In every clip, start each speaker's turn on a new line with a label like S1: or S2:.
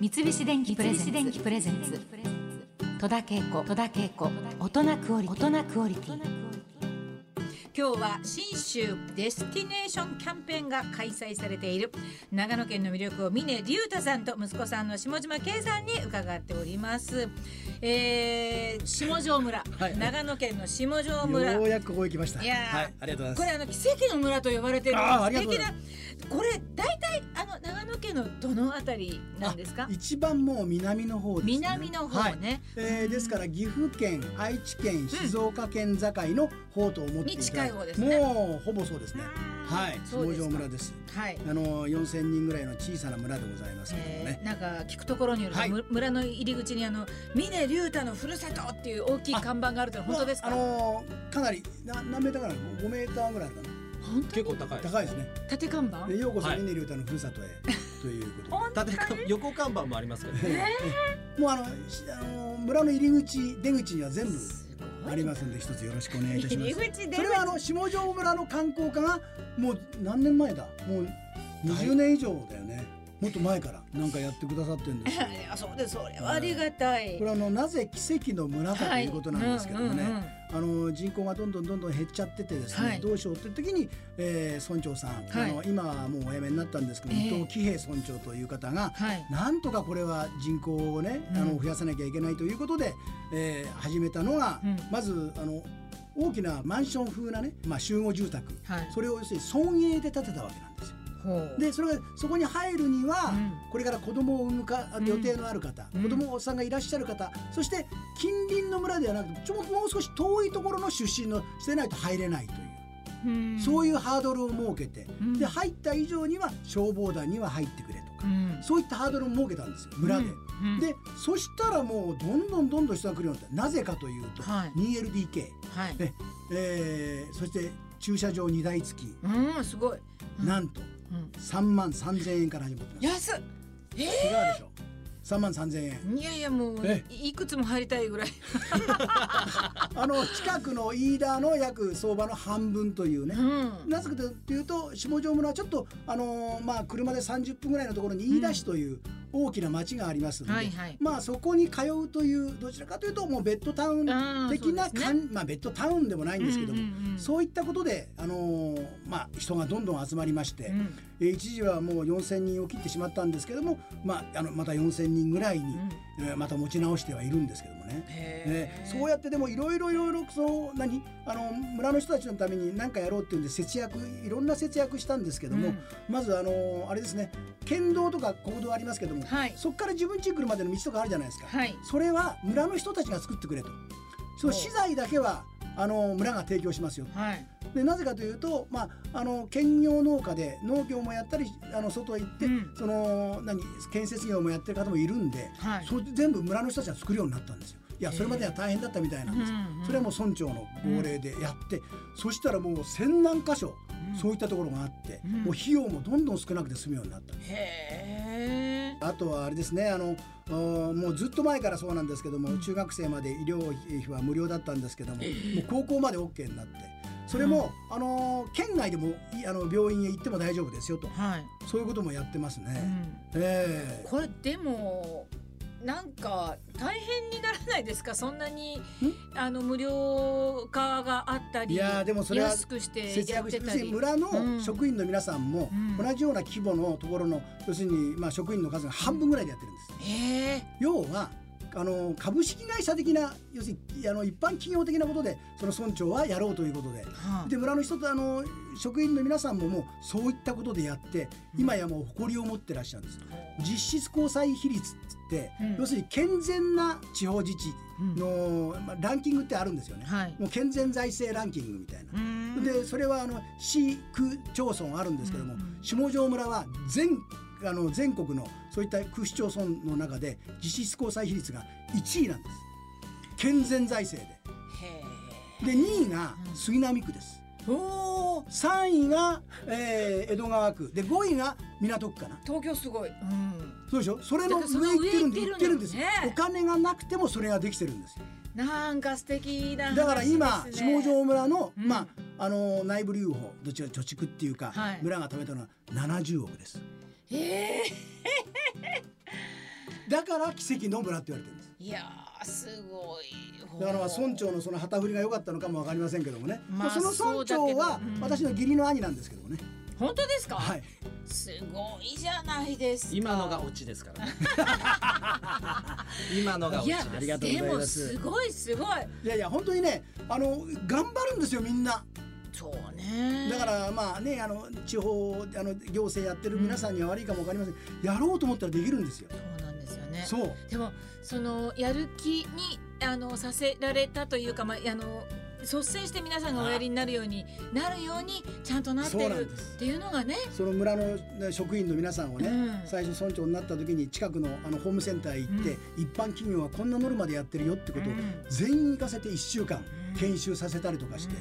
S1: 三菱電機プレゼンツ戸田恵子戸田恵子大人クオリティ大人クオリティ
S2: 今日は新州デスティネーションキャンペーンが開催されている長野県の魅力を峰竜太さんと息子さんの下島圭さんに伺っております、えー、下条村、
S3: はい
S2: 長野県の下条村
S3: ようやくここへ来ました。
S2: いやー
S3: はい、ありがとうご
S2: こ
S3: ざ
S2: れ
S3: い
S2: あの奇跡の村と呼ばれてる
S3: あーあ
S2: 素
S3: りがとうご
S2: 敵
S3: ざい
S2: なこれ大体あの長野県のどのあたりなんですか
S3: ます。一番もう南の方です、ね。
S2: 南の方
S3: はい
S2: ね、
S3: えーですから岐阜県、愛知県、静岡県境の方と思って
S2: に
S3: いただいて
S2: 近い方ですね
S3: もうほぼそうですね。
S2: あー
S3: はい、
S2: そう
S3: 下
S2: です
S3: 条
S2: か
S3: 村です。
S2: はい、
S3: あの4000人ぐらいの小さな村でございますけども
S2: え
S3: ね
S2: ー。なんか聞くところによると、
S3: はい
S2: む村の入り口にあの峰竜太のふるさとっていう大きい看板があるというのは本当ですか、
S3: まああのーかなりな何メーターかな5メーターぐらいあるかな
S2: 本当
S4: 結
S2: に
S4: 構高い
S3: 高いですね
S2: 縦看板
S3: でようこそ
S4: はい
S3: 峰竜太のふるさとへということで
S2: 本当
S4: 縦か横看板もありますけどね
S3: もうあのしあのー村の入り口出口には全部
S2: すごい
S3: ありますんで一つよろしくお願いいたしま
S2: 入り
S3: す
S2: 口で
S3: それはあの下條村の観光課がもう何年前だもう20年以上だよねもっと前からなんかやってくださってるんですよ
S2: いやそうですそれはありがたい
S3: これあのなぜ奇跡の村かと
S2: はい
S3: いうことなんですけどもね、
S2: うんうんうん
S3: あの人口がどんどんどんどん減っちゃっててですね、
S2: はい
S3: どうしようって時に、えー村長さん、
S2: はい
S3: あの今はもうお辞めになったんですけど、
S2: ええ
S3: 伊藤喜平村長という方が、
S2: はい
S3: なんとかこれは人口をね、あ
S2: うん
S3: の増やさなきゃいけないということで、えー始めたのが、
S2: うん
S3: まずあの大きなマンション風なね、まあ、集合住宅
S2: はい
S3: それを要するに村営で建てたわけなんですよ。
S2: ほう
S3: でそれがそこに入るには、
S2: うん
S3: これから子供を産むか
S2: ん
S3: 予定のある方、
S2: うん
S3: 子供さんがいらっしゃる方そして近隣の村ではなくてちょもう少し遠いところの出身のしてないと入れないという、
S2: うん
S3: そういうハードルを設けて、
S2: うん
S3: で入った以上には消防団には入ってくれと
S2: う
S3: か、
S2: ん
S3: そういったハードルを設けたんですよ村で。
S2: うんうん
S3: でそしたらもうどんどんどんどん人が来るようになったなぜかというと、
S2: はい
S3: 2LDK、
S2: はい
S3: ねえーそして駐車場2台付き、
S2: うんすごいうん
S3: なんと
S2: うん
S3: 3万3000円から始まってます。
S2: 安っ
S3: いかがでしょう。三万三千円。
S2: いやいやもう
S3: え
S2: いいくつも入りたいぐらい
S3: あの近くの飯田の約相場の半分というね。
S2: うん
S3: なぜかというと下條村はちょっとあのーまあ車で三十分ぐらいのところに飯田市という大きな町がありますので、
S2: はいはい
S3: まあそこに通うというどちらかというともうベッドタウン
S2: あー
S3: 的
S2: そ
S3: な
S2: うですね
S3: かんまあベッドタウンでもないんですけども、
S2: うんうんうん
S3: そういったことであのーまあ人がどんどん集まりまして、
S2: うん
S3: えー一時はもう4000人を切ってしまったんですけども、まあ、あのまた4000人ぐらいに、えーまた持ち直してはいるんですけどもね。
S2: へ
S3: ね
S2: ー、
S3: そうやってでもいろいろいろいろその何あの村の人たちのために何かやろうっていうんで節約いろんな節約したんですけども、
S2: うん
S3: まずあのあれですね県道とか国道ありますけども、
S2: はい
S3: そこから自分家に来るまでの道とかあるじゃないですか、
S2: はい
S3: それは村の人たちが作ってくれとその資材だけはあの村が提供しますよ
S2: はい
S3: でなぜかというと、まあ、あの兼業農家で農業もやったりあの外へ行って、
S2: うん
S3: その何建設業もやってる方もいるんで、
S2: はい
S3: それ全部村の人たちが作るようになったんですよ。いやそれまでは大変だったみたいなんです、
S2: うんうん
S3: それはもう村長の号令でやって、そしたらもう千何箇所、そういったところがあって、
S2: うん
S3: もう費用もどんどん少なくて済むようになった。
S2: へえ
S3: あとはあれですねあのあーもうずっと前からそうなんですけども、中学生まで医療費は無料だったんですけども,、もう高校まで OK になってそれも、あのー県外でもいあの病院へ行っても大丈夫ですよと
S2: はい
S3: そういうこともやってますね。
S2: うん
S3: ええ
S2: これでもなんか大変にならないですかそんなにあの無料化があったり
S3: いやーでもそれは
S2: 安くして
S3: 節
S2: やっ
S3: 約して要
S2: た
S3: する
S2: り
S3: に村の職員の皆さんも、
S2: うん
S3: 同じような規模のところの要するに、まあ、職員の数が半分ぐらいでやってるんです。
S2: へえ
S3: 要はあの株式会社的な要するにあの一般企業的なことでその村長はやろうということで
S2: はあ
S3: で村の人とあの職員の皆さんももうそういったことでやって今やもう誇りを持ってらっしゃるんです。実質交際比率っつって、
S2: うん
S3: 要するに健全な地方自治の、まあランキングってあるんですよね、
S2: はい
S3: もう健全財政ランキングみたいな
S2: う。ん
S3: でそれはあの市区町村あるんですけども、下條村は全あの全国のそういった区市町村の中で実質交際比率が1位なんです健全財政
S2: へ
S3: でで2位が杉並区です、
S2: えおー
S3: 3位が、えー江戸川区で5位が港区かな
S2: 東京すごい、うん、
S3: そうでしょそれの
S2: だからその
S3: 上行ってるんで
S2: 上
S3: 行
S2: 行っ
S3: ってて
S2: る
S3: る
S2: ん
S3: ん
S2: で
S3: ですす
S2: ね
S3: お金がなくてもそれができてるんです
S2: なんか素敵な話です、ね、
S3: だから今、下條村の、
S2: うん
S3: まああの内部留保どちら貯蓄っていうか、
S2: はい
S3: 村が貯めたのは70億です
S2: へえ
S3: だから奇跡の村って言われてるんです
S2: いやーすごい
S3: だからまあ村長のその旗振りが良かったのかも分かりませんけどもね、
S2: まあ
S3: まあその村長
S2: そうだ
S3: は
S2: けどうん
S3: 私の義理の兄なんですけどもね、
S2: 本当ですか、
S3: はい
S2: すごいじゃないですか
S4: 今のがオチで すからね。今のがオチ
S2: い
S4: で
S2: や
S4: す。
S3: りがとうございます
S2: でもすごいすごい
S3: いやいや本当にねあの頑張るんですよみんな
S2: そうね
S3: だからまあねあの地方あの行政やってる皆さんには悪いかも分かりませんやろうと思ったらできるんですよ
S2: そうなんですよね
S3: そう
S2: でもそのやる気にあのさせられたというか、まあ、あの率先して皆さんがおやりになるようになるようにちゃんとなって
S3: そうなん
S2: る
S3: です
S2: っていうのがね
S3: その村のね職員の皆さんをね、
S2: うん
S3: 最初村長になった時に近くのあのホームセンターへ行って、一般企業はこんなノルマでやってるよってことを
S2: うん
S3: 全員行かせて1週間
S2: うん
S3: 研修させたりとかして、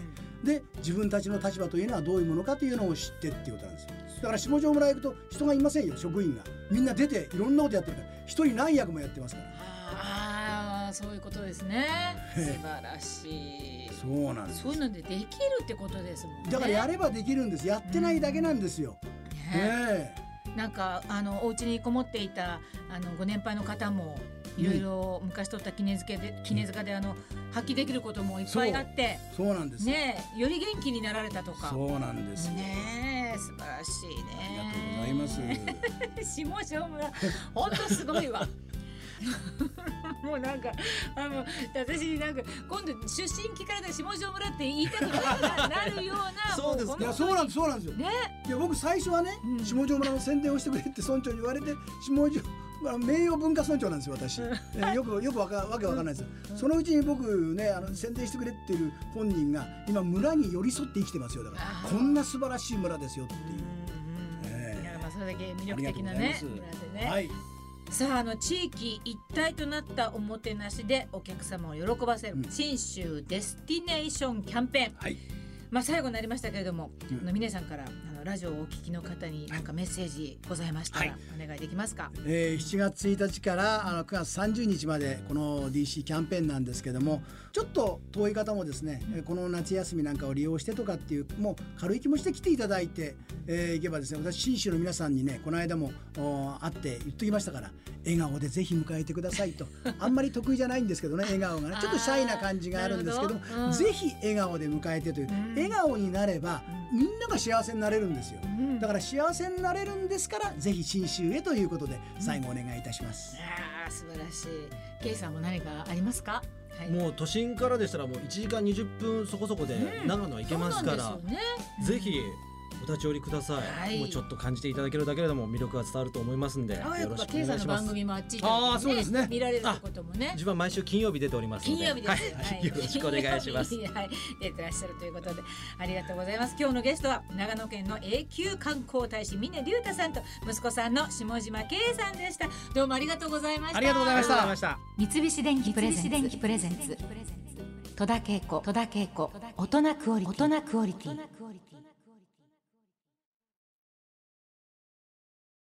S3: で自分たちの立場というのはどういうものかというのを知ってっていうことなんですよだから下條村行くと人がいませんよ職員がみんな出ていろんなことやってるから一人何役もやってますから
S2: ああそういうことですね
S3: え
S2: 素晴らしい
S3: そうなん
S2: そういうのでできるってことですもんね
S3: だからやればできるんですやってないだけなんですよ、
S2: ね
S3: ねえ
S2: なんかあのお家にこもっていたあのご年配の方もいろいろ昔取った記念付けで絹塚であの発揮できることもいっぱいあって
S3: そうなんですよ、
S2: ねえより元気になられたとか
S3: そうなんですよ、
S2: ねえ素晴らしい
S3: あり
S2: ね
S3: がとうござい ます
S2: す下條村本当すごいわ もうなんかあの私なんか今度出身聞かれたら下條村って言いたくななるような
S4: そうですか
S2: も
S3: い
S2: 本当
S3: やそう
S2: に
S3: なんですそうなんですよ
S2: ね
S3: いや僕最初はね、
S2: うん
S3: 下條村の宣伝をしてくれって村長に言われて下條まあ名誉文化村長なんですよ私、えーよくよくわかわけわかんないです、そのうちに僕ねあの宣伝してくれっていう本人が今村に寄り添って生きてますよだか
S2: あ
S3: ら
S2: ー
S3: こんな素晴らしい村ですよっていう
S2: うんうん
S3: え
S2: うん
S3: え
S2: いやまあそれだけ魅力的なね
S4: ありがとうござ
S2: 村
S4: いま
S2: でね、
S3: はい
S2: さああの地域一体となったおもてなしでお客様を喜ばせる
S3: うん
S2: 信州デスティネーションキャンペーン、
S3: はい
S2: まあ最後になりましたけれども、
S3: うん
S2: あの峰さんからあのラジオをお聞きの方になんかメッセージございましたら、
S3: は
S2: お願いできますか。
S3: えー7月1日からあの9月30日までこの DC キャンペーンなんですけどもちょっと遠い方もですね、えーこの夏休みなんかを利用してとかっていうもう軽い気持ちで来ていただいて、えーいけばですね私信州の皆さんにねこの間もお会って言っときましたから笑顔でぜひ迎えてくださいとあんまり得意じゃないんですけ どね笑顔がねちょっとシャイな感じがあるんですけど
S2: あーなるほどうん
S3: ぜひ笑顔で迎えてという、
S2: うん
S3: 笑顔になればみんなが幸せになれるんですよ。
S2: うん
S3: だから幸せになれるんですから、ぜひ信州へということで、最後お願いいたします。
S2: ああ素晴らしい。ケイさんも何かありますか。はい。
S4: もう都心からでしたらもう1時間20分そこそこで
S2: うん
S4: 長野は行けますから、
S2: そうなんですよね。
S4: ぜひお立ち寄りください、
S2: はい
S4: もうちょっと感じていただけるだけれども魅力が伝わると思いますんで
S2: あわや
S4: よ
S2: っ
S4: ろ
S2: ぱ
S4: しく
S2: ケイ
S4: お
S2: さ
S4: 願
S2: んの
S4: いしま
S2: 番
S4: す
S2: 組もあっち行
S4: あ
S2: っ
S4: ー
S2: た
S4: そうですね
S2: 見られることもね。
S4: 自分は毎週金曜日出ておりますので
S2: 金曜日です。
S4: はいよろしくお願いします
S2: 金曜日 はい、出てらっしゃるということで、ありがとうございます。今日のゲストは長野県の永久観光大使峰龍太さんと息子さんの下島圭さんでした。どうもありがとうございました。
S4: ありがとうございました
S1: 三菱電機プレゼンツ
S5: 三菱電機プレゼンツ
S1: 戸田恵子戸田恵子大人クオリティ大人クオリティ